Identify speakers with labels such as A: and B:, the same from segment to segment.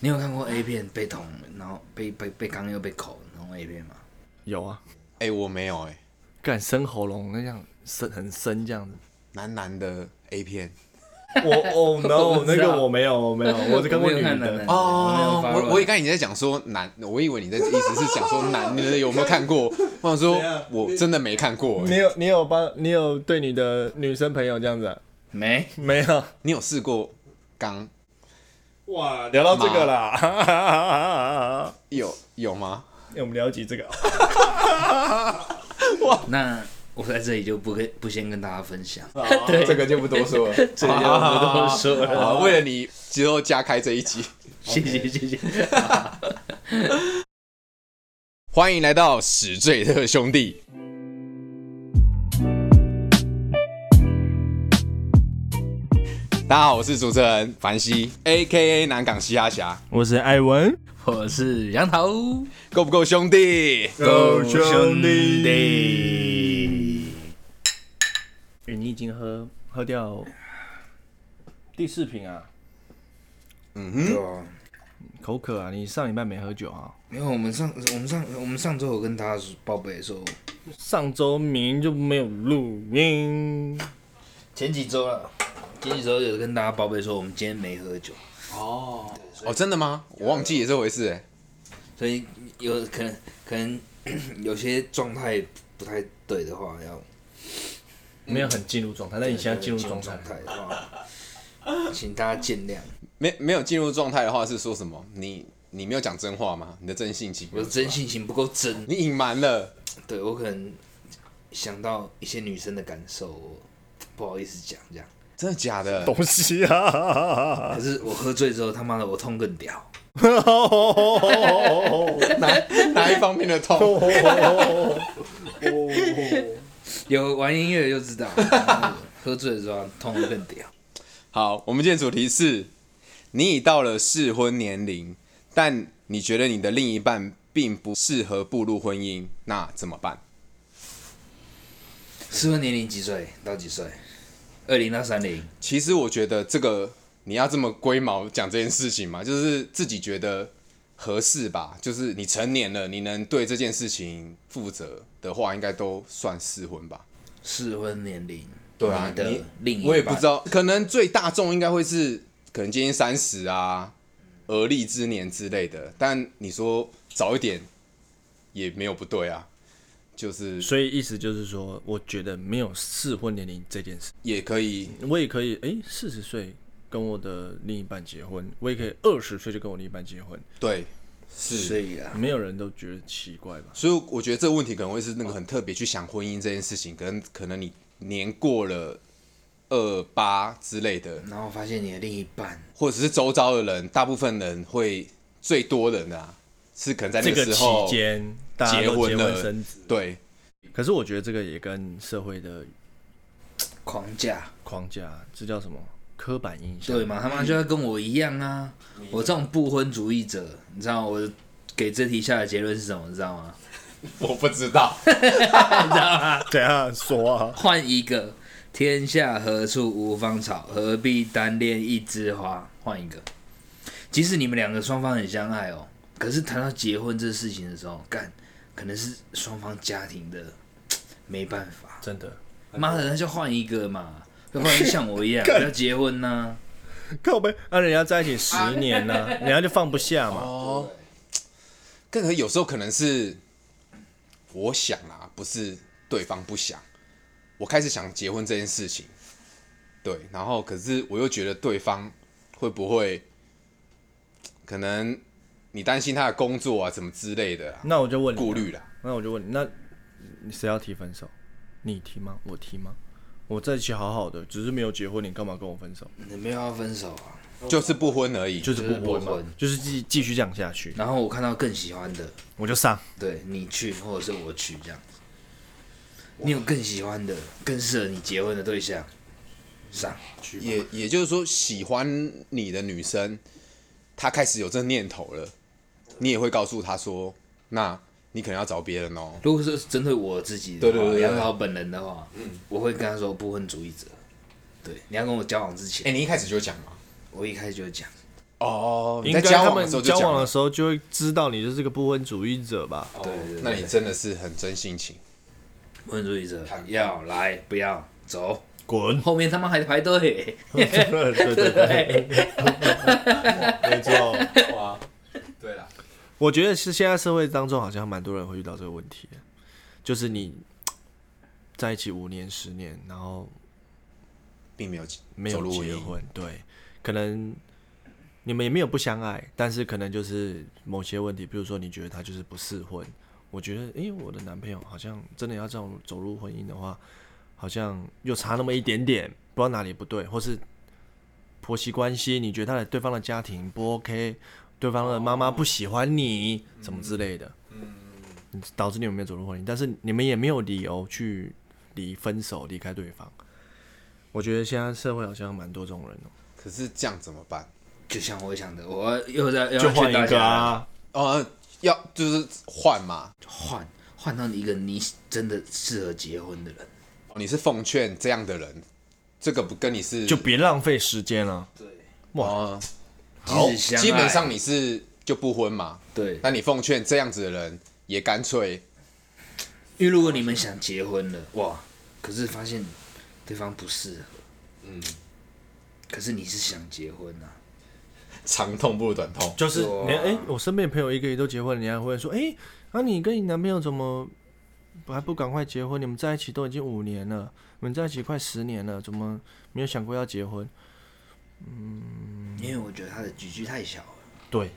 A: 你有看过 A 片被捅，然后被被被刚又被口那种 A 片吗？
B: 有啊，
C: 哎、我没有哎、
B: 干生喉咙那样深很深这样子。
C: 男男的 A 片
B: 我
A: 我
B: 哦 no，
A: 不知道
B: 那个我没有，我没有，哦我只看过
A: 没
B: 女
A: 有看男
B: 的
A: 的。哦没有 follow
C: 我我也刚才你在讲说男，我以为你的意思是讲说男的有没有看 过，我想说我真的没看过、
B: 你
C: 欸，
B: 有你有帮你有对你的女生朋友这样子、啊？
A: 没，
B: 没有，
C: 你有试过刚
B: 哇，聊到这个 啦，
C: 有有吗？
B: 欸我们聊几这个？
A: 那我在这里就不跟不先跟大家分享，
C: 这个就不多 说了，
A: 这个就不多说了。
C: 好，为了你之后加开这一集，
A: 谢谢谢谢。
C: 欢迎来到史最特兄弟。大家好，我是主持人凡西，A K A 南港嘻哈侠，
B: 我是艾文，
A: 我是杨桃，
C: 够不够兄哦弟？
B: 狗
A: 兄弟。
B: 欸你已经喝喝掉第四瓶啊，
A: 对啊，
B: 口渴啊，你上礼拜没喝酒啊？
A: 因为我们上我们上我们上周有跟大家报备说，
B: 上周明明就没有录音，
A: 前几周了，前几周有跟大家报备说我们今天没喝酒，
C: 哦，真的吗？我忘记了这回事、欸。
A: 所以有可能可能 有些状态不太对的话，要
B: 没有很进入状态，但你现在进入状态
A: 状，态的话，哦请大家见谅。
C: 没没有进入状态的话是说什么？你你没有讲真话吗？你的真性情
A: 我
C: 没有
A: 的
C: 出来，
A: 真性情不够真，
C: 你隐瞒了。
A: 对我可能想到一些女生的感受，我不好意思讲这样。
C: 真的 假的？
B: 东 西啊，
A: 可是我喝醉之后，他妈的我痛更屌，
C: 哪 哪一方面的痛？
A: 有玩音乐就知道， 喝醉的时候痛得更屌。
C: 好，我们今天主题是：你已到了适婚年龄，但你觉得你的另一半并不适合步入婚姻，那怎么办？
A: 适婚年龄几岁到几岁？二零到三零，
C: 其实我觉得这个你要这么龟毛讲这件事情嘛，就是自己觉得合适吧，就是你成年了，你能对这件事情负责的话，应该都算适婚吧。
A: 适婚年龄。
C: 对啊
A: 你的
C: 你
A: 另一
C: 我也不知
A: 道。
C: 道，可能最大众应该会是可能接近三十啊，而立之年之类的。但你说早一点也没有不对啊，就是
B: 所以意思就是说，我觉得没有适婚年龄这件事，
C: 也可以。
B: 我也可以，哎、4四十岁跟我的另一半结婚，我也可以二十岁就跟我另一半结婚，
C: 对，
A: 所以啊，
B: 没有人都觉得奇怪吧？
C: 所以我觉得这个问题可能会是那个很特别去想婚姻这件事情，可能可能你年过了二八之类的，
A: 然后发现你的另一半
C: 或者是周遭的人，大部分人会最多人啊，是可能在那
B: 这个
C: 时
B: 期
C: 候
B: 间大家都
C: 婚
B: 结
C: 了
B: 婚生子，
C: 对，
B: 可是我觉得这个也跟社会的
A: 狂架，
B: 框架，这叫什么刻板印象？
A: 对嘛？他妈就要跟我一样啊！我这种不婚主义者，你知道我给这题下的结论是什么？你知道吗？
C: 我不知道。
B: 怎样说啊？
A: 换一个，天下何处无芳草，何必单恋一枝花？换一个，即使你们两个双方很相爱哦，可是谈到结婚这事情的时候，干可能是双方家庭的没办法。
B: 真的
A: 妈的，那就换一个 嘛，就换一个像我一样，不要结婚呐、
B: 靠呗，那、人家在一起十年呢、人家就放不下嘛。
C: 哦，更可有时候可能是我想啊，不是对方不想。我开始想结婚这件事情，对，然后可是我又觉得对方会不会，可能你担心他的工作啊，什么之类的啊、
B: 那我就问你啊
C: 顾虑啦。
B: 那我就问你，那你谁要提分手？你提吗？我提吗？我在一起好好的，只是没有结婚，你干嘛跟我分手？
A: 你没有要分手啊？
C: 就是不婚而已。
B: 就是不婚
A: 不
B: 嘛
A: 婚，
B: 就是继继续这样下去，
A: 然后我看到更喜欢的，
B: 我就上。
A: 对你去或者是我去这样子。你有更喜欢的、更适合你结婚的对象，上。
C: 也也就是说，喜欢你的女生，她开始有这念头了，你也会告诉她说，那你可能要找别人哦。
A: 如果是针对我自己的话，
C: 对对对对
A: 杨桃本人的话，我会跟他说不婚主义者。对，你要跟我交往之前，
C: 哎哎、你一开始就讲嘛。
A: 我一开始就讲，
C: 哦，你
B: 应
C: 在
B: 该
C: 交
B: 他
C: 往
B: 们
C: 的时候就
B: 交
C: 讲
B: 往
C: 了
B: 的，时候就会知道你就是个不婚主义者吧？
C: 哦
A: 对对对
C: 那你真的是很真性情。
A: 问主义者要来不要走，！
B: 滚
A: 后面他妈还排 队，
B: 对对对对，没错。
C: 哇，对了，
B: 我觉得是现在社会当中好像蛮多人会遇到这个问题的，就是你在一起五年、十年，然后
C: 并没有
B: 没
C: 走
B: 有
C: 入婚
B: 结
C: 姻，
B: 婚，对，可能你们也没有不相爱，但是可能就是某些问题，比如说你觉得他就是不适婚，我觉得诶、我的男朋友好像真的要这样走入婚姻的话，好像又差那么一点点，不知道哪里不对，或是婆媳关系，你觉得他的对方的家庭不 OK，对方的妈妈不喜欢你，什么之类的，嗯，导致你们没有走入婚姻，但是你们也没有理由去离分手，离开对方。我觉得现在社会好像蛮多这种人哦、
C: 可是这样怎么办？
A: 就像我想的，我又在
B: 就
A: 要
B: 换
A: 劝
B: 一
A: 大
B: 个
A: 家
B: 啊，
C: 哦，要就是换嘛。
A: 换换到一个你真的适合结婚的人。
C: 哦你是奉劝这样的人，这个不跟你是
B: 就别浪费时间了。
C: 哦，
A: 好
C: 基本上你是就不婚嘛。
A: 对，
C: 那你奉劝这样子的人也干脆
A: 因为如果你们想结婚了，哇，可是发现对方不适合，嗯，可是你是想结婚啊，
C: 长痛不如短 痛。
B: 就是
A: 哇
B: 你哎、我身边的朋友一个也都结婚了，人家会说，哎、啊你跟你男朋友怎么还不赶快结婚？你们在一起都已经五年了，你们在一起快十年了，怎么没有想过要结婚？
A: 因为我觉得他的举距太小了。
B: 对，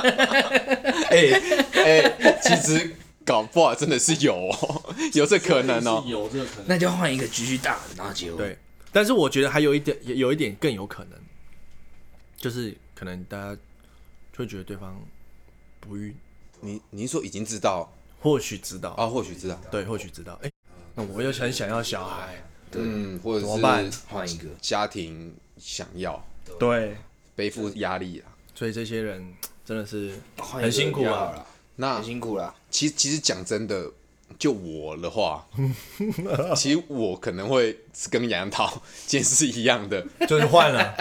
C: 哎哎，其实搞不好真的是有哦， 有这可能哦。
B: 有这个可能。
A: 那就换一个局距大的，然后结婚。，
B: 对，但是我觉得还有一点，也有一点更有可能，就是可能大家就会觉得对方不孕，
C: 你你是说已经知道
B: 或许知道，哦
C: 啊，或许知道，
B: 对，或许知道，哎、那我又很想要小孩，
C: 嗯，或者
B: 怎么办
C: 是
A: 换一个，
C: 家庭想要
B: 对，
C: 背负压力啊。
B: 所以这些人真的是
C: 哦
A: 换一个
B: 很辛苦
A: 就好
B: 啊
A: 了，，
C: 那
A: 很辛苦啦。
C: 其实其实讲真的，就我的话， 其实我可能会是跟杨桃 见识一样的。
B: 就是换 了，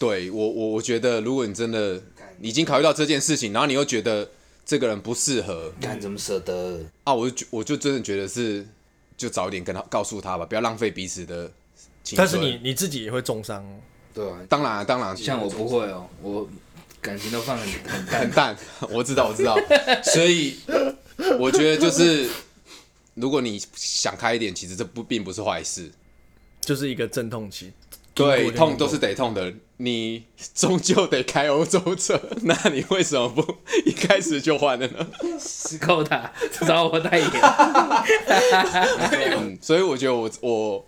C: 对我我我觉得，如果你真的你已经考虑到这件事情，然后你又觉得这个人不适合
A: 看怎么舍得？
C: 啊，我就觉我就真的觉得是，就早一点跟他告诉他吧，不要浪费彼此的青春。
B: 但是你你自己也会重伤哦，
A: 对啊，
C: 当然、啊、当然、
A: 像我不会哦，我感情都放很很大。
C: 很淡， 我知道，我知道。所以我觉得就是，如果你想开一点，其实这不并不是坏事。
B: 就是一个阵痛期，
C: 对，
B: 经过就
C: 痛
B: 能够
C: 都是得痛的，你终究得开欧洲车，那你为什么不一开始就换了呢？
A: 是够他找我代言，
C: 嗯，所以我觉得我我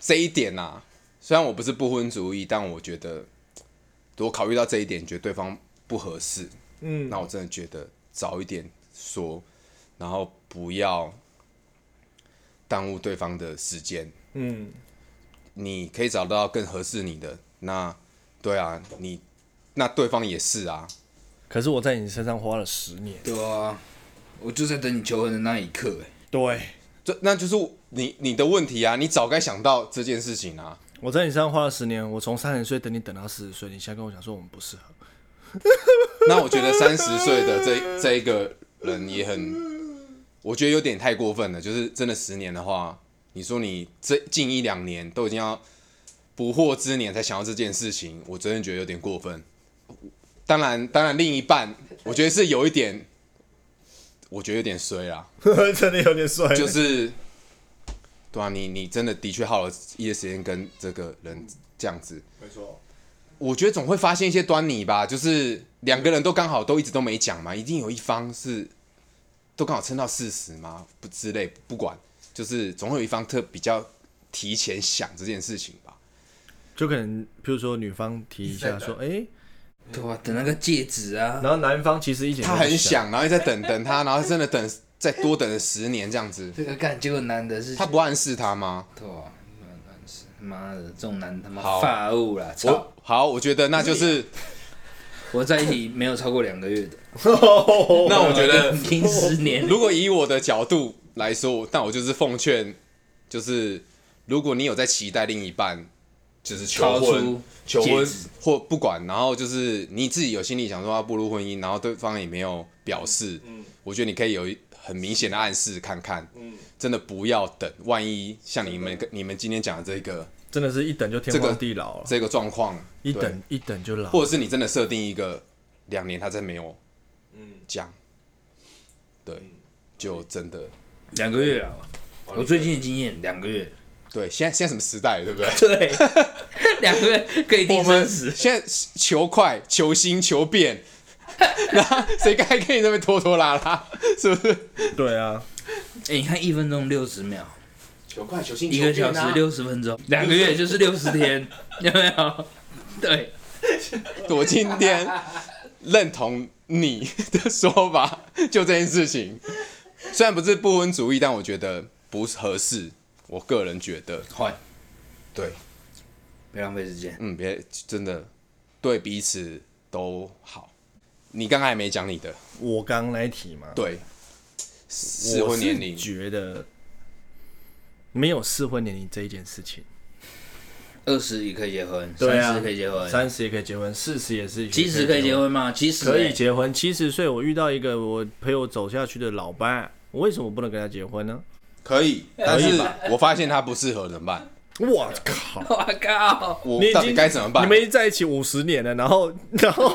C: 这一点呐、啊，虽然我不是不婚主义，但我觉得如果考虑到这一点，觉得对方不合适，
B: 嗯，
C: 那我真的觉得早一点说，然后不要耽误对方的时间。
B: 嗯，
C: 你可以找到更合适你的，那对啊，你那对方也是啊，
B: 可是我在你身上花了十年，
A: 对啊，我就在等你求婚的那一刻、哎，
B: 对，
C: 这那就是你你的问题啊，你早该想到这件事情啊。
B: 我在你身上花了十年，我从三十岁等你等到四十岁，你现在跟我讲说我们不适合，
C: 那我觉得三十岁的这这一个人也很，我觉得有点太过分了。就是真的十年的话，你说你这近一两年都已经要不惑之年才想到这件事情，我真的觉得有点过分。当然，当然，另一半我觉得是有一点，我觉得有点衰啊。
B: 真的有点 帅，
C: 就是，对啊，你你真的的确耗了一些时间跟这个人这样子，
B: 没错，
C: 我觉得总会发现一些端倪吧。就是两个人都刚好都一直都没讲嘛，一定有一方是都刚好撑到四十嘛，不之类，不管，就是总会有一方特比较提前想这件事情吧。
B: 就可能比如说女方提一下说，哎、
A: 对啊，等那个戒指啊，
B: 然后男方其实一点都
C: 他
B: 不
C: 很，想，然后再等等他，然后真的等再多等了十年这样子，
A: 这个干，结果男的是
C: 他不暗示他吗？
A: 对啊，男男是妈的，这种男他妈
C: 好
A: 发物啦，操！
C: 我好，我觉得那就是，
A: 我在一起没有超过两个月的，
C: 那我觉得。
A: 平十年，
C: 如果以我的角度来说，那我就是奉劝，就是如果你有在期待另一半，就是求
A: 超
C: 婚
A: 出、
C: 求
A: 戒
C: 婚
A: 指
C: 或不管，然后就是你自己有心里想说要步入婚姻，然后对方也没有表示，我觉得你可以有一很明显的暗示看看，真的不要等，万一像你们你们今天嗯讲的哦这个
B: 真的是一等就天
C: 这个
B: 荒地老了，
C: 这个状况，
B: 一
C: 对
B: 等一等就老
C: 或者是你真的设定一个两年，他真没有讲，对，就真的
A: 两个月了。我最近的经验两个月，
C: 对。现在现在什么时代了，对不对？
A: 对，两个月可以
C: 我
A: 定生
C: 们
A: 死。
C: 现在求快、求新、求变，那谁还可以那边拖拖拉拉？是不是？
B: 对啊，
A: 哎、你看一分钟六十秒，
C: 求快、求啊新、
A: 一个小时六十分钟，两个月就是六十天，有没有？对，
C: 我今天认同你的说法，就这件事情，虽然不是不婚主义，但我觉得不合适。我个人觉得，
A: 换，
C: 对，
A: 别浪费时间。
C: 嗯，别真的对彼此都好。你刚才还没讲你的，
B: 我刚刚那一题嘛，
C: 对，适
B: 我
C: 婚
B: 是
C: 年龄，
B: 觉得没有适婚年龄这一件事情，
A: 二十也可以结婚，
B: 对
A: 三
B: 啊
A: 十可以结婚，
B: 三十也可以结婚，四十也是
A: 七十可以结，婚吗？七十
B: 可以结婚。七十岁我遇到一个我陪我走下去的老伴，我为什么不能跟他结婚呢？
C: 可以，但是我发现他不适合怎么办？
B: 我靠！
A: 我 靠！
C: 我
B: 你已
C: 到底
B: 经
C: 该怎么办？
B: 你们已经在一起五十年了，然后然后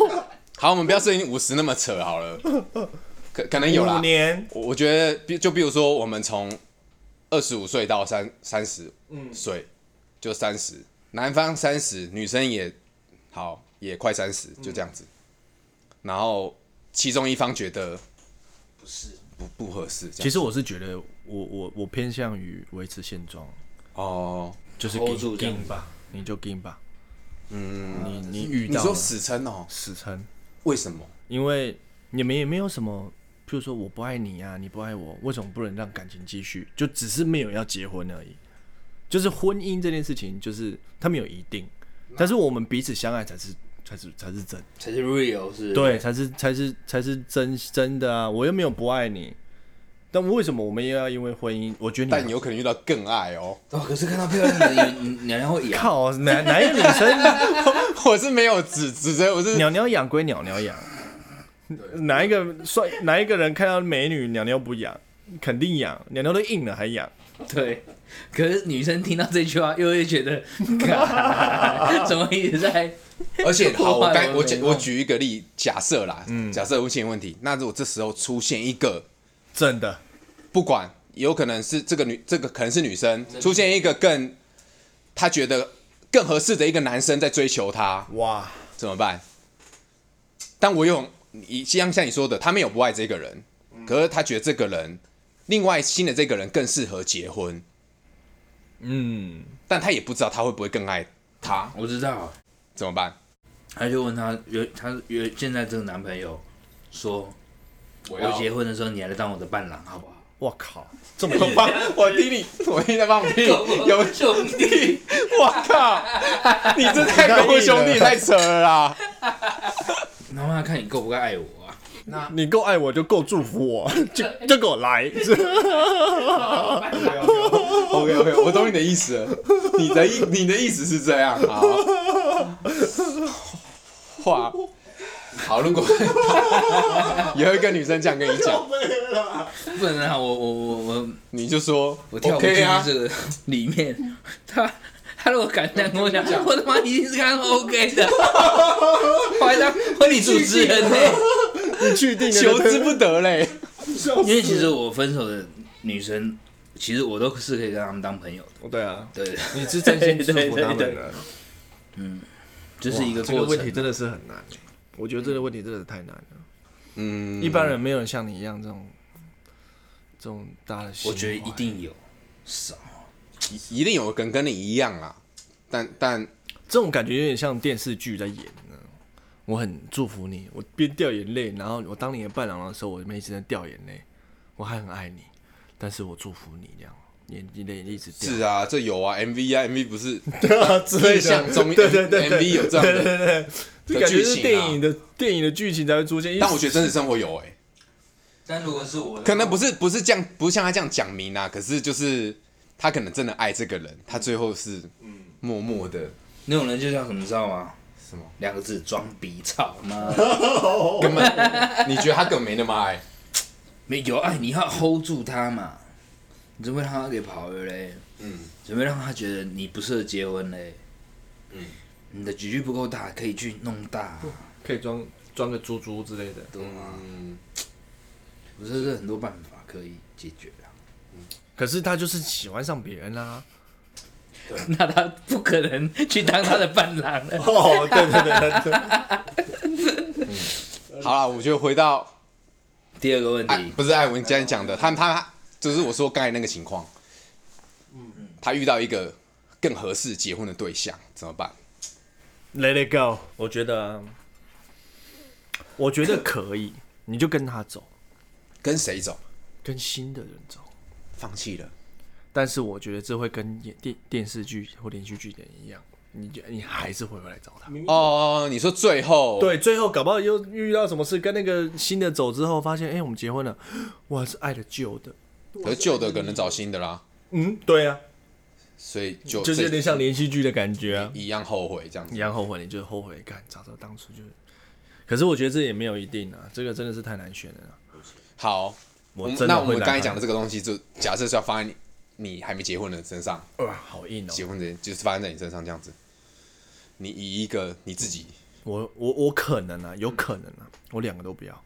C: 好，我们不要设定五十那么扯 好了，可可能有啦
B: 五。年，
C: 我我觉得，比就比如说，我们从二十五岁到三三十
B: 嗯
C: 岁，就三十，男方三十，女生也好，也快三
B: 嗯
C: 十，就这样子。然后其中一方觉得
A: 不是，
C: 不不合适，这样
B: 其实我是觉得我我我偏向于维持现状，
C: 哦，
B: 就是
A: Hold 住
B: g
A: 这
B: a
A: 样
B: m
A: 子
B: 吧，你就 g a m 吧，
C: 嗯，
B: 你你遇
C: 你
B: 到
C: 说
B: 了
C: 死撑哦，
B: 死撑，
C: 为什么？
B: 因为你们也没有什么，譬如说我不爱你啊，你不爱我，为什么不能让感情继续？就只是没有要结婚而已。就是婚姻这件事情，就是他们有一定，但是我们彼此相爱才是才是才是真，
A: 才是 real 是。，
B: 对，才是才是才是真真的啊！我又没有不爱你，但为什么我们又要因为婚姻？我觉得
C: 但
B: 你
C: 有可能遇到更爱哦，
A: 哦，可是看到漂亮的你，你娘娘会痒。
B: 靠男男女生
C: 我是没有指指责，我是
B: 鸟鸟养归鸟鸟养，哪一个帅哪一个人看到美女鸟鸟不养？肯定养，鸟鸟都硬了还养。
A: 对，可是女生听到这句话又会觉得， 干怎么一直在？
C: 而且好，我
A: 破坏我
C: 刚
A: 的
C: 我举
A: 美梦
C: 我举一个例，假设啦，假设无情问题，那如果这时候出现一个，
B: 真的，
C: 不管有可能是这个女，这个可能是女生，出现一个更她觉得更合适的一个男生在追求她，
B: 哇，
C: 怎么办？但我有你像像你说的，他没有不爱这个人，可是他觉得这个人，另外新的这个人更适合结婚，
B: 嗯，
C: 但他也不知道他会不会更爱他，
A: 我知道，
C: 怎么办？
A: 他就问她有她有现在这个男朋友说，
C: 我
A: 我结婚的时候你还来当我的伴郎好不好？
B: 我靠，这么
C: 我
B: 硬
C: 放，我弟你，我弟在放屁，有
A: 兄弟，
C: 我靠！你这太跟我兄弟太扯了啦！
A: 然后他看你够不够爱我啊？
B: 你够爱我就够祝福我，就就给我来。
C: OK OK，我懂你的意思了。你的意你的意思是这样啊？哇，好，如果有一个女生这样跟你讲，
A: 不然啊，我我我我
C: 你就说
A: 我跳不进
C: OK
A: 去
C: 啊
A: 这，个里面。 他他如果敢这样跟我讲，我他妈一定是看 OK 的，我 还当婚礼主持人呢、
B: 你确定
C: 求之不得嘞。
A: 因为其实我分手的女生，其实我都是可以跟她们当朋友的，
B: 不对啊，
A: 对，
B: 你是真心祝
A: 对
B: 福他
A: 对
B: 们
A: 对
B: 的。
A: 这是一个
B: 这个
A: 过
B: 问题
A: 程。
B: 真的是很难，我觉得这个问题真的太难了。
C: 嗯，
B: 一般人没有人像你一样这种这种大的心
A: 我
B: 怀
A: 觉得一定有少，
C: 一定有人跟你一样啦，但但
B: 这种感觉有点像电视剧在演呢。我很祝福你，我边掉眼泪，然后我当你的伴郎的时候，我们一直在掉眼泪，我还很爱你，但是我祝福你这样，眼眼泪一直掉。
C: 是啊，这有啊，MV 啊，MV 不是
B: 啊， 之
C: 印象中 MV 有这样
B: 对
C: 的
B: 对，就
C: 的
B: 感觉
C: 剧
B: 是
C: 情啊
B: 电影的电影的剧情才会出现。因为
C: 但我觉得真实生活有哎、
A: 但如果是我，
C: 可能不是不是这样，不是像他这样讲明啊，可是就是他可能真的爱这个人，他最后是默默的
A: 那种人就叫什么，你知道吗？
C: 什么？嗯
A: 两个字，装逼，操妈！
C: 根
B: 嗯
C: 本你觉得他根本没那么爱，
A: 没有爱，你要 hold 住他嘛，你准备让他给跑了嘞，
C: 嗯，
A: 准备让他觉得你不适合结婚嘞，嗯，你的局局不够大，可以去弄大啊、
B: 可以装装个猪猪之类的。
C: 嗯，
A: 我这是很多办法可以解决啊。
B: 可是他就是喜欢上别人啦、啊
A: 那他不可能去当他的伴郎了。
B: 哦，对对对对
C: 好了，我觉得回到
A: 第二个问
C: 哎
A: 题，，
C: 不是艾文今天讲的，他他就是我说刚才那个情况，
B: 嗯
C: 他遇到一个更合适结婚的对象怎么办？
B: ，Let it go。我觉得啊，我觉得可以，你就跟他走，
C: 跟谁走？
B: 跟新的人走。
C: 放弃了，
B: 但是我觉得这会跟演电电视剧或连续剧点一样，你就你还是会回来找他。
C: 哦，你说最后，
B: 对，最后搞不好又遇到什么事，跟那个新的走之后，发现哎、我们结婚了，我还是爱了旧的。
C: 可是旧的可能找新的啦，
B: 嗯，对啊，
C: 所以就
B: 就是有
C: 这
B: 点像连续剧的感觉啊。
C: 一样后悔这样
B: 一
C: 子。
B: 样后悔，你就是后悔，干早知道当初就是。可是我觉得这也没有一定啊，这个真的是太难选了啦。
C: 好，
B: 我
C: 们
B: 真
C: 嗯那
B: 的
C: 我
B: 会
C: 们刚才讲
B: 的
C: 的这个东西，就假设是要放在你你还没结婚的身上，
B: 哇，好硬哦、
C: 结婚的就是发生在你身上这样子，你以一个你自己
B: 我我我可能啊，有可能啊，我两个都不要。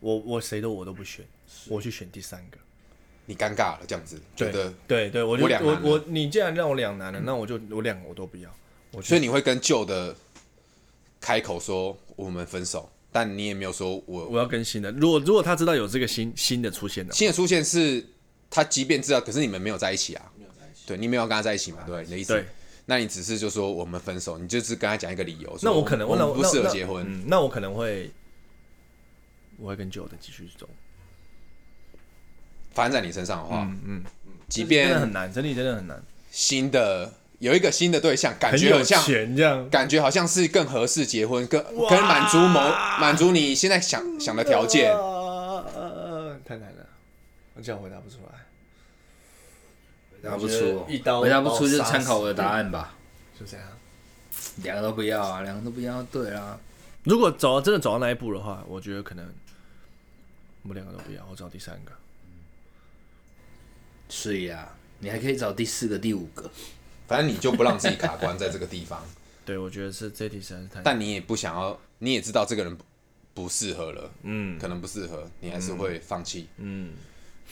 B: 我我谁都我都不选，我去选第三个。
C: 你尴尬了这样子，觉得，
B: 对对，我就
C: 我两
B: 我
C: 难了
B: 我你既然让我两难了，那我就我两个我都不要。我
C: 所以
B: 你
C: 你会跟旧的开口说我们分手，但你也没有说我
B: 我要更新的。如果如果他知道有这个新新的出现的话，
C: 新的出现是他即便知道，可是你们没有在一起啊，对你没有跟他在一起嘛，对不对，你的意思
B: 对。
C: 那你只是就说我们分手，你就只跟他讲一个理由，说
B: 那我可能
C: 我
B: 那
C: 们不
B: 那
C: 适合
B: 那
C: 结婚，
B: 嗯，那我可能会我会跟旧的继续走。
C: 发生在你身上的话，
B: 嗯嗯。
C: 即
B: 真的很
C: 便
B: 难，真的真的很难，
C: 新的有一个新的对象，感
B: 很
C: 觉
B: 有
C: 很像
B: 钱这样。
C: 感觉好像是更合适结婚，更
B: 哇
C: 可以满足某满足你现在想想的条件。
B: 呃太难了，我这样回答不出来。
A: 答不出哦
B: 我觉得一刀，
A: 回答不出就
B: 把我杀死
A: 参考我的答案吧。
B: 就这样。
C: 嗯
A: 两个都不要啊，两个都不要，对啦。
B: 如果走到真的走到那一步的话，我觉得可能我们两个都不要，我找第三个。
A: 所以啊，你还可以找第四个、第五个。
C: 反正你就不让自己卡关在这个地 方，
B: 对，我觉得是这题实在是太难。
C: 但你也不想要，你也知道这个人不不适合了，
B: 嗯
C: 可能不适合，你还是会放弃。
B: 嗯，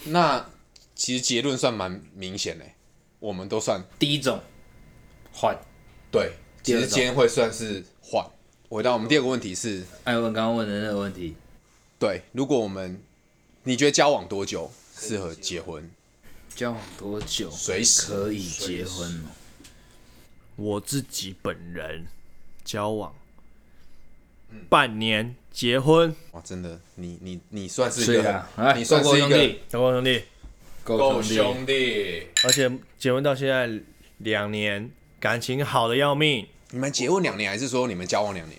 C: 那其实结论算蛮明显嘞，我们都算
A: 第一种，换。
C: 对。其
A: 第
C: 实
A: 二种
C: 今天会算是换。回到我们第二个问题是，
A: 艾文刚刚问的那个问题，
C: 对，如果我们你觉得交往多久适合结婚？
A: 交往多久
C: 随时
A: 可以结婚哦？
B: 我自己本人交往
C: 嗯
B: 半年，结婚。
C: 哇，真的，你你你算是一
A: 所以
C: 个
A: 啊，，来
C: 你算
A: 够
C: 是一
A: 兄
C: 个
A: 弟，
B: 小光兄弟，
A: 够兄弟，
C: 弟。
B: 而且结婚到现在两年，感情好的要命。
C: 你们结婚两年，还是说你们交往两年？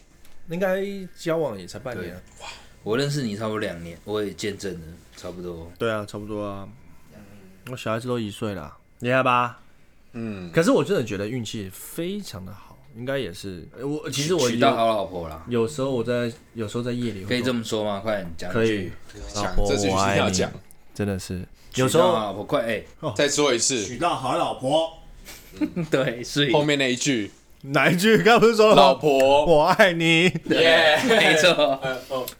B: 应该交往也才半年、啊。
A: 我认识你差不多两年，我也见证了差不多。
B: 对啊，差不多啊。我小孩子都一岁了，厉害吧？
C: 嗯，
B: 可是我真的觉得运气非常的好，应该也是呃我其实我
A: 娶到好老婆啦，
B: 有时候我在有时候在夜里会
A: 可以这
B: 么
A: 么说吗？快点讲一
B: 可
A: 句
B: 以，老
C: 讲
B: 婆
C: 这句
B: 我
C: 一定
B: 爱
C: 要
B: 你
C: 讲，
B: 真的是
A: 娶
B: 有时候
A: 到好老婆快哎，
C: 再说一次
D: 娶到好老婆，
A: 对，所以
C: 后面那一句
B: 哪一句刚不是说
C: “老婆
B: 我爱你”，
C: 耶，
A: 没错，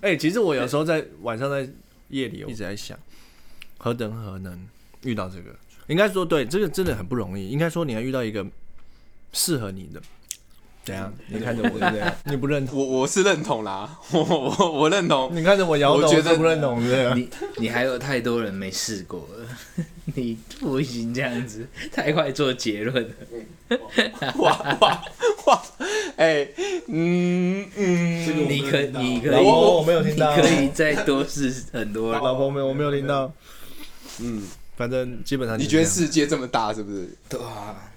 B: 哎、其实我有时候在晚上在夜里，我一直在想，何等何能遇到这个？应该说对，这个真的很不容易。应该说你要遇到一个适合你的，怎样？你看着我，对不对？你不认同？
C: 我我是认同啦， 我我我认同。
B: 你看着我摇头，
C: 我觉得
B: 是不认同，对不啊对？
A: 你你还有太多人没试过了，你不行这样子，太快做结论了。
C: 哇哇哇！哎，嗯
D: 这
C: 嗯，
D: 个
A: 你
D: 我没有
A: 可
D: 听到
A: 你可
B: 老
A: 以，
B: 婆我没有听到啊
A: 你可以再多试很多
B: 老婆没有，我没有听到。
C: 嗯，
B: 反正基本上就
C: 你觉得
B: 这样？
C: 世界这么大是不是？
A: 对啊，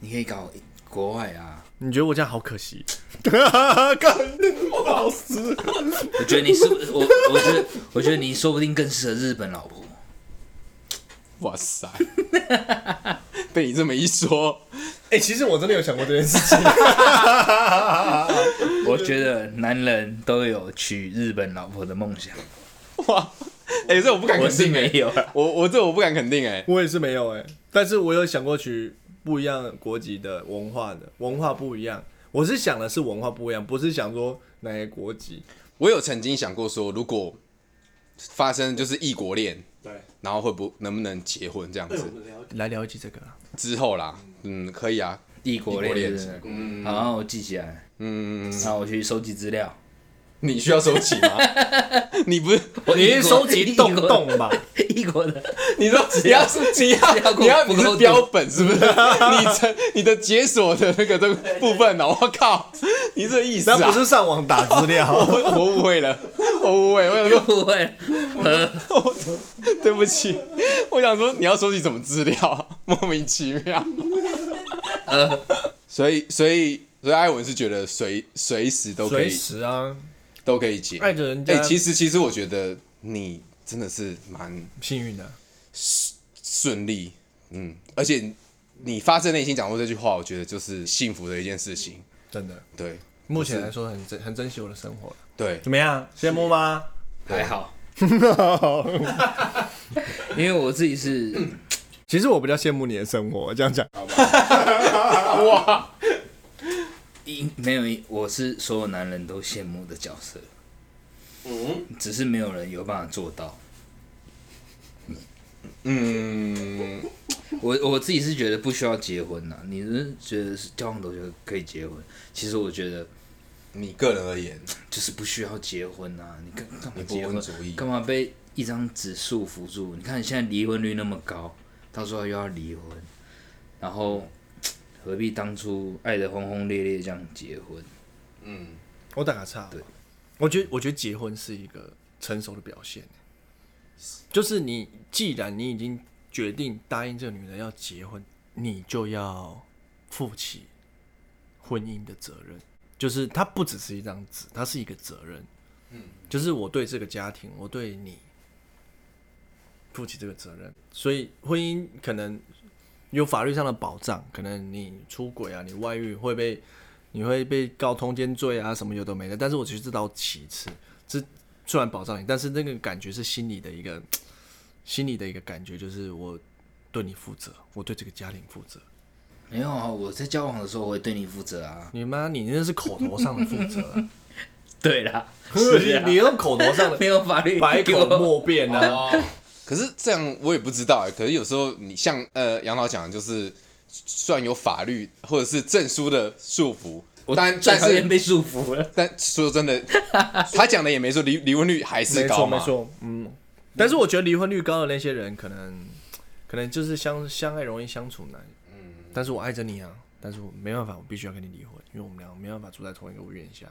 A: 你可以搞国外啊。
B: 你觉得我这样好可惜？干我老师，
A: 我觉得你是不我，我觉得我觉得你说不定更适合日本老婆。
C: 哇塞！被你这么一说，
B: 哎、其实我真的有想过这件事情。
A: 我觉得男人都有娶日本老婆的梦想，
C: 哇，哎、这我不敢
A: 我
C: 肯
A: 是
C: 定哎、
A: 没有啊。
C: 我我这我不敢肯定哎、
B: 我也是没有哎、但是我有想过去不一样国籍的文化的文化不一样。我是想的是文化不一样，不是想说哪个国籍。
C: 我有曾经想过说，如果发生就是异国恋，
B: 对，
C: 然后会不能不能结婚这样子？
B: 来聊一集这个啦。啊
C: 之后啦，嗯，可以啊，
A: 异国
C: 异
A: 恋
C: 国恋
A: 是不是，好，那我记起来，
C: 嗯，
A: 然后我去收集资料。
C: 你需要收集吗？你不是
A: 我
B: 哦你是收集洞
A: 动
B: 洞吧？
A: 异国的，
C: 你说你要是你要你要
A: 不
C: 你
A: 够多
C: 是标本是不是？你这你的解锁的那个这个部分呢、我靠，你这意思
B: 那不
C: 啊？
B: 是上网打资 料，
C: 我我误会了，我误会，我想说
A: 不会和
C: 对不起，我想说你要收集什么资料 啊，莫名其 妙。
B: 呃
C: 所以所以所以艾文是觉得随随时都可
B: 随
C: 以
B: 时啊，
C: 都可以结。
B: 爱着人家
C: 哎、其实其实我觉得你真的是蛮
B: 幸运的。
C: 顺利，嗯，而且你发自内心讲过这句话，我觉得就是幸福的一件事情。
B: 真的，
C: 对
B: 目前来说很珍很珍惜我的生活。
C: 对，
B: 怎么样？羡慕吗？
A: 还好， 因为我自己是
B: 其实我比较羡慕你的生活，这样讲。
A: 一没有一，我是所有男人都羡慕的角色。嗯，只是没有人有办法做到。
C: 嗯，
A: 我我自己是觉得不需要结婚呐、你是觉得是交往多久可以结婚？其实我觉得
C: 你个人而言，
A: 就是不需要结婚呐、嗯你干干嘛
C: 你不
A: 结
C: 婚
A: 婚？
C: 主义，
A: 干嘛被一张纸束缚住？你看现在离婚率那么高，到时候又要离婚，然后何必当初爱得轰轰烈烈这样结婚？
C: 嗯，
B: 我打个岔。
A: 对，
B: 我觉得我觉得结婚是一个成熟的表现，就是你既然你已经决定答应这个女人要结婚，你就要负起婚姻的责任，就是它不只是一张纸，它是一个责任。嗯，就是我对这个家庭，我对你负起这个责任，所以婚姻可能有法律上的保障，可能你出轨啊，你外遇会被你会被告通奸罪啊，什么有的没的。但是我其实这道其次，这虽然保障你，但是那个感觉是心里的一个心里的一个感觉，就是我对你负责，我对这个家庭负责。
A: 没有啊，我在交往的时候我会对你负责啊。
B: 你妈，你那是口头上的负责、 啊，
A: 对啦，是啊
B: 你你用口头上
A: 没
B: 的
A: 有法律
B: 百
A: 给我
B: 口莫辩啊。
C: 可是这样我也不知道哎、可是有时候你像呃杨老讲，的就是虽然有法律或者是证书的束缚，
A: 我
C: 但
A: 最
C: 但
A: 讨厌
C: 是
A: 被束缚了。
C: 但说真的，他讲的也没错，离离婚率还是
B: 没
C: 高
B: 错
C: 嘛。
B: 没错，嗯。但是我觉得离婚率高的那些人，可能可能就是相相爱容易相处难。嗯。但是我爱着你啊，但是我没办法，我必须要跟你离婚，因为我们俩没办法住在同一个屋檐下。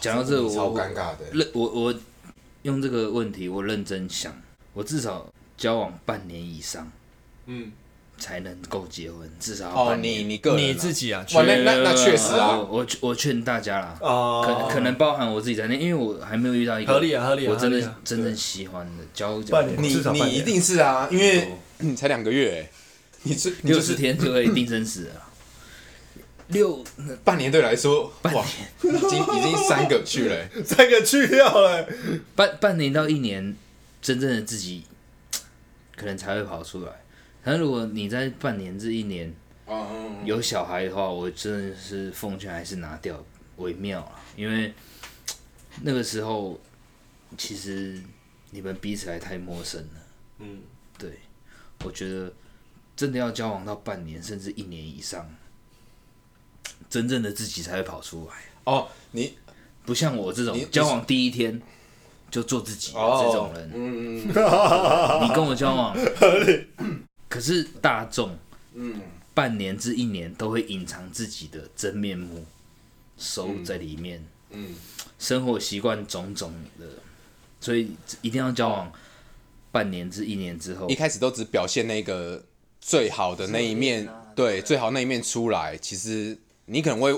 A: 讲到这，我
C: 超尴尬的。
A: 认我我用这个问题，我认真想，我至少交往半年以上
B: 嗯，
A: 才能够结婚，至少要
C: 哦，
A: 半
C: 你
A: 年。
C: 你个人啊、
B: 你自己啊，
C: 哇
B: 去
C: 那那那确实啊
A: 我我我劝大家啦，
B: 哦
A: 可可能包含我自己在内，因为我还没有遇到一个
B: 合理啊合理啊
A: 我真
B: 合理
A: 的
B: 啊
A: 真正喜欢的交
B: 半
A: 交
B: 年
C: 你
B: 至少半
C: 你
B: 年
C: 一定是啊，因为你才两个月、欸，你这你
A: 哦六
C: 就
A: 十
C: 是
A: 天就会定生死了。六
C: 半年对来说，哇，已经已经三个去了、 欸
B: 三个去掉了，
A: 半半年到一年，真正的自己可能才会跑出来。但如果你在半年至一年
C: 哦嗯
A: 有小孩的话，我真的是奉劝还是拿掉为妙了，因为那个时候其实你们彼此还太陌生了。
B: 嗯，
A: 对，我觉得真的要交往到半年甚至一年以上，真正的自己才会跑出来，
C: 哦，你
A: 不像我这
C: 你
A: 种
C: 你
A: 交往第一天就做自己的
C: 哦
A: 这种人。
C: 嗯，
A: 你跟我交 往，可是大众，
C: 嗯
A: 半年至一年都会隐藏自己的真面目，收在里面，
C: 嗯
A: 生活习惯种种的，所以一定要交往半年至一年之后
C: 一，开始都只表现那个最好的那一面，对，最好那一面出来。其实你可能会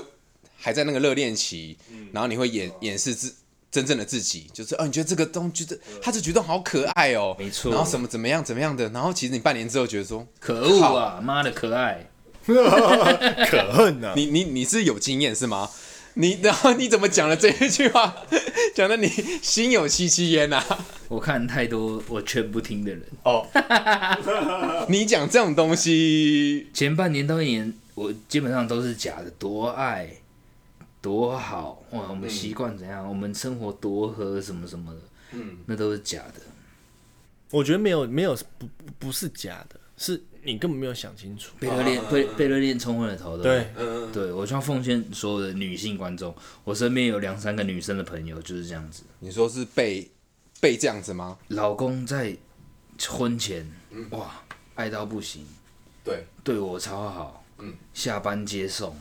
C: 还在那个热恋期，然后你会掩掩饰自真正的自己，就是哦，你觉得这个东觉得他这举动好可爱哦，
A: 没错
C: 然后什么怎么样怎么样的，然后其实你半年之后觉得说，
A: 可恶啊，妈的可爱，
B: 可恨啊！
C: 你你你是有经验是吗？你 然后你怎么讲了这一句话， 讲的你心有戚戚焉啊呐、
A: 我看太多我劝不听的人。
C: 哦，你讲这种东西，
A: 前半年到一年，我基本上都是假的，多爱，多好，哇，我们习惯怎样，我们生活多和什么什么的，嗯，那都是假的。
B: 我觉得没有没有不不不是假的，是你根本没有想清楚。
A: 被热恋被被热恋冲昏了头的。
B: 对，
C: 嗯，
A: 对，我希望奉劝所有的女性观众，我身边有两三个女生的朋友就是这样子，
C: 你说是被被这样子吗？
A: 老公在婚前，哇，爱到不行，
C: 对，
A: 对我超好，
C: 嗯
A: 下班接送，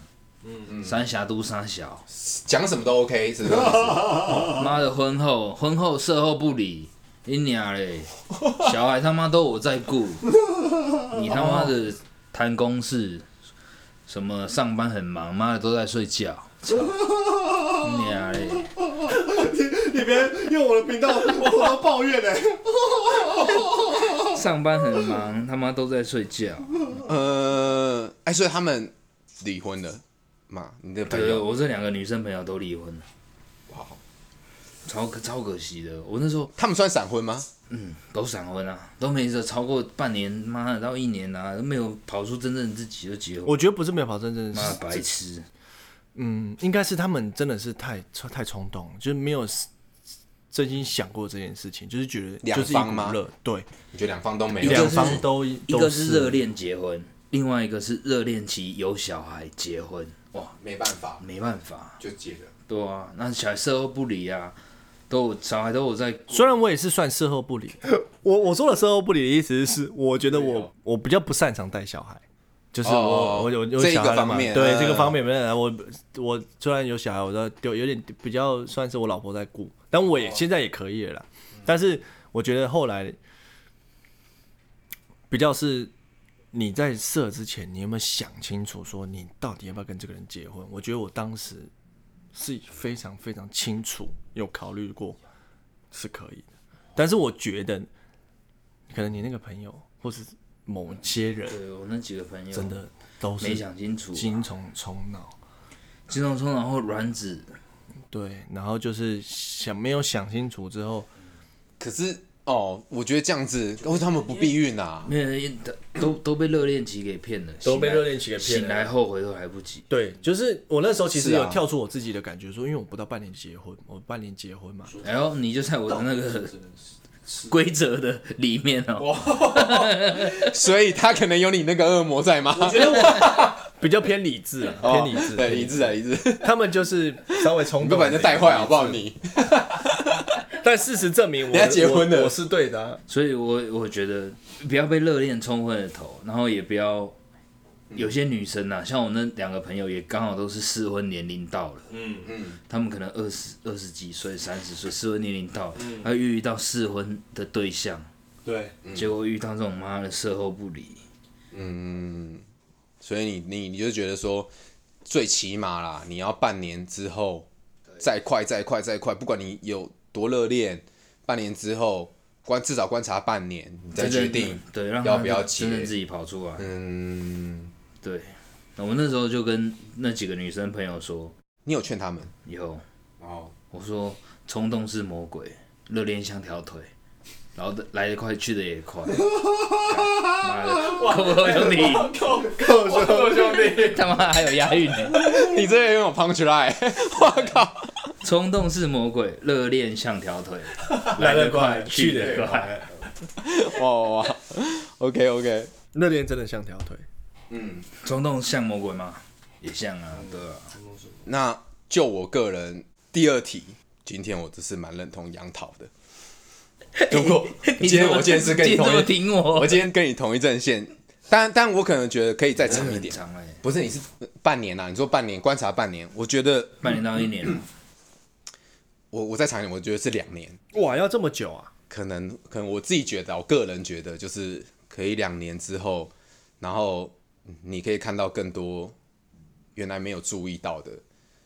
A: 三峡都三小，
C: 讲什么都 OK，是不是？
A: 妈的婚后婚后事后不理，你娘 嘞，小孩他妈都我在顾，你他妈的谈公事，什么上班很忙，妈的都在睡觉，操，你娘嘞。
B: 你别用我的频道，我要抱怨嘞。
A: 上班很忙，他妈都在睡觉。
C: 呃，哎，所以他们离婚了嘛？你的朋
A: 对，
C: 友，
A: 哎我这两个女生朋友都离婚了，
C: 哇，
A: 超可超可惜的。我那时候
C: 他们算闪婚吗？
A: 嗯都闪婚啊，都没这超过半年，妈的到一年啊，都没有跑出真正自己就结婚。
B: 我觉得不是没有跑真正
A: 妈的
B: 是
A: 白痴，
B: 嗯，应该是他们真的是太太冲动，就是没有 s- 真心想过这件事情，就是觉得
C: 两
B: 就是一
C: 方
B: 股
C: 吗
B: 热，对，
C: 你觉得两方都没
A: 一
C: 有？
A: 个是
B: 两方都
A: 一个是热
B: 烈，
A: 恋结婚，另外一个是热恋期有小孩结婚。哇，
C: 没办法，
A: 没办法，
C: 就结了。
A: 对啊，那小孩事后不理啊，都有小孩都有在
B: 虽然我也是算事后不理， 我我说的事后不理的意思是，我觉得我我比较不擅长带小孩，就是我、
C: 哦
B: 我有有
C: 这一
B: 小孩
C: 个
B: 了嘛，
C: 方面
B: 对、
C: 嗯
B: 这个方面没有啊，我我虽然有小孩，我都丢有点比较算是我老婆在顾，但我也、现在也可以了啦，但是我觉得后来比较是。你在射之前，你有没有想清楚，说你到底要不要跟这个人结婚？我觉得我当时是非常非常清楚，有考虑过是可以的。但是我觉得，可能你那个朋友或是某些人，
A: 对呃我那几个朋友
B: 真的都
A: 没
B: 是
A: 想清楚、啊，
B: 精虫充脑，
A: 精虫冲脑后卵子
B: 对，然后就是想没有想清楚之后，
C: 可是哦，我觉得这样子，为什么他们不避孕啊？
A: 没有，因都都被热恋期给骗了，
B: 都被热恋期给骗了
A: 醒来后悔都来不及。
B: 对，就是我那时候其实
C: 是啊
B: 有跳出我自己的感觉，说因为我不到半年结婚，我半年结 婚嘛，
A: 然后哎你就在我的那个规则的里面哦、
C: 所以他可能有你那个恶魔在 吗？
B: 比较偏理智啊，
C: 哦
B: 偏理智，
C: 对，
B: 偏
C: 理智啊，理智。
B: 他们就是稍微冲动，
C: 你不要把人家带坏好不好？你
B: 但事实证明我，
C: 人家结婚了
B: 我我是对的啊、
A: 所以我我觉得不要被热恋冲昏了头，然后也不要
C: 嗯
A: 有些女生呐、啊，像我那两个朋友也刚好都是适婚年龄到了，
D: 嗯嗯，
A: 他们可能二十二十几岁、三十岁适婚年龄到了，
C: 嗯
A: 还遇到适婚的对象，
D: 对，
A: 结果遇到这种妈的事后不理，
C: 所以你你你就觉得说，最起码啦，你要半年之后，再快再快再快，不管你有多热恋，半年之后观至少观察半年，你再决定。
A: 对，让
C: 要
A: 他
C: 不要
A: 真
C: 结
A: 正自己跑出来。
C: 嗯，
A: 对，那我那时候就跟那几个女生朋友说，
C: 你有劝他们
A: 以后
C: 哦？
A: 我说冲动是魔鬼，热恋像条腿，然后来得快去得也 快。妈的，够不够兄弟？
D: 够够够兄 弟，
A: 他妈还有押韵呢！
C: 你这个有 punch line，我 靠！
A: 冲动是魔鬼，热恋像条 腿，
D: 来
A: 得
D: 得
A: 快
D: 快
A: 去
D: 去
A: 得
D: 得
A: 快
D: 快。
C: 哇哇哇，OK OK，
B: 热恋真的像条腿，
C: 嗯，
A: 冲动像魔鬼吗？也像啊，对啊。
C: 那就我个人第二题，今天我只是蛮认同杨桃 的。如果今天我今天是跟你
A: 你怎
C: 同
A: 么
C: 一
A: 听我
C: 我？今天跟你同一阵线，但但我可能觉得可以再长一
A: 很
C: 点。啊
A: 长哎，
C: 不是，你是半年啊？你说半年观察半年，我觉得
A: 半年到一年 了，
C: 我我再长一点，我觉得是两年，
B: 哇，要这么久啊？
C: 可能可能我自己觉得啊，我个人觉得就是可以两年之后，然后你可以看到更多原来没有注意到的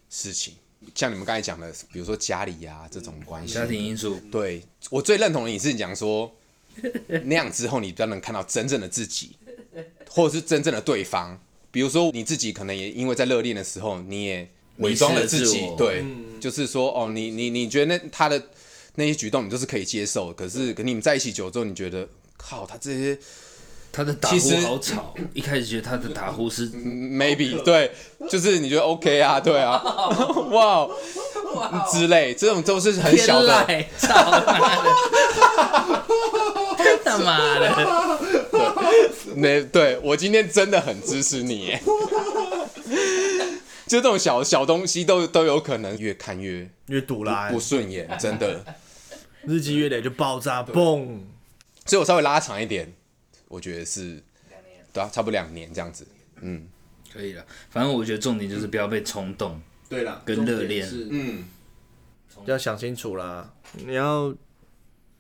C: 事情，像你们刚才讲的，比如说家里呀、这种关系
A: 家，庭因素
C: 对我最认同的你是讲 说，那样之后你比较能看到真正的自己，或者是真正的对方，比如说你自己可能也因为在热恋的时候，你也伪装了自
A: 迷失了
C: 己
A: 自我，
C: 对，
A: 嗯
C: 就是说哦，你你你觉得那他的那些举动你都是可以接受，可是可你们在一起久之后，你觉得靠他这些
A: 他的打
C: 其实
A: 呼好吵，一开始觉得他的打呼是
C: 嗯 maybe 对，就是你觉得 OK 啊，对 啊， 哇之类，这种都是很小的，
A: 哦天籁，操妈 的，他妈的，
C: 那对我今天真的很支持你 耶，就这种小小东西都都有可能越看越
B: 越堵啦
C: 不，顺眼，真的。
B: 日积月累就爆炸，嘣！
C: 所以我稍微拉长一点，我觉得是，对啊，差不多两年这样子。嗯，
A: 可以了。反正我觉得重点就是不要被冲动，
D: 对啦，
A: 跟
D: 重点
A: 热恋
D: 是
C: 嗯，
B: 要想清楚啦，你要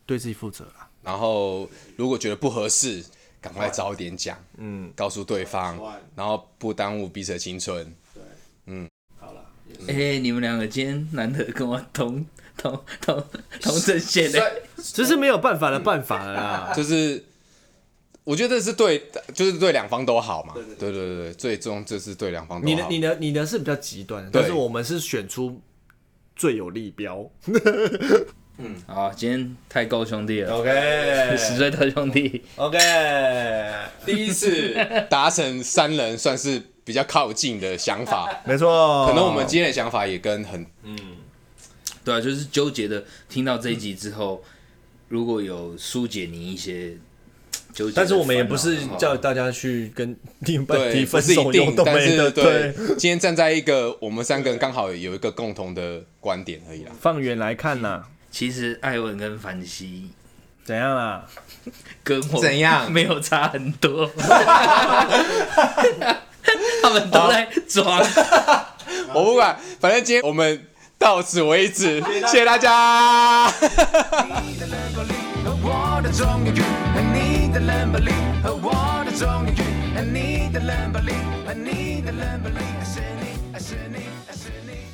B: 对自己负责啊啦。
C: 然后如果觉得不合适，赶快早一点讲，
B: 嗯，
C: 告诉对方
D: 快，
C: 然后不耽误彼此的青春。
D: 好了，也是
A: 哎、你们两个今天难得跟我同同同同阵线的、
B: 这是没有办法的办法了啦。
C: 就是我觉得这是对，就是对两方都好嘛。
D: 对
C: 对
D: 对
C: 对对对，最终这是对两方
B: 你
C: 都
B: 的
C: 好。
B: 你的你的是比较极端的，
C: 对
B: 但是我们是选出最有利标。
A: 好，今天太够兄弟了，十
B: OK
A: 岁太兄弟，
B: OK，
C: 第一次达成三人算是比较靠近的想法，
B: 没错。
C: 可能我们今天的想法也跟很
A: 对啊，就是纠结的。听到这一集之后，如果有疏解你一些纠结的烦恼的话，
B: 但是我们也不是叫大家去跟另一半
C: 对，
B: 提
C: 不
B: 分
C: 是
B: 手
C: 一
B: 用
C: 定，
B: 都
C: 但
B: 没
C: 是
B: 的，
C: 对
B: 对。，
C: 今天站在一个我们三个人刚好有一个共同的观点而已啦。
B: 放远来看呐，
A: 其实艾文跟凡西
B: 怎样啦？
A: 跟我
C: 怎样
A: 没有差很 多，他们都在装。
C: 我不管，反正今天我们到此为止，谢谢大家。
E: 你的冷暴力和我的纵容欲，你的冷暴力和我的纵容欲，你的冷暴力和你的冷暴力，是你，是你，是你。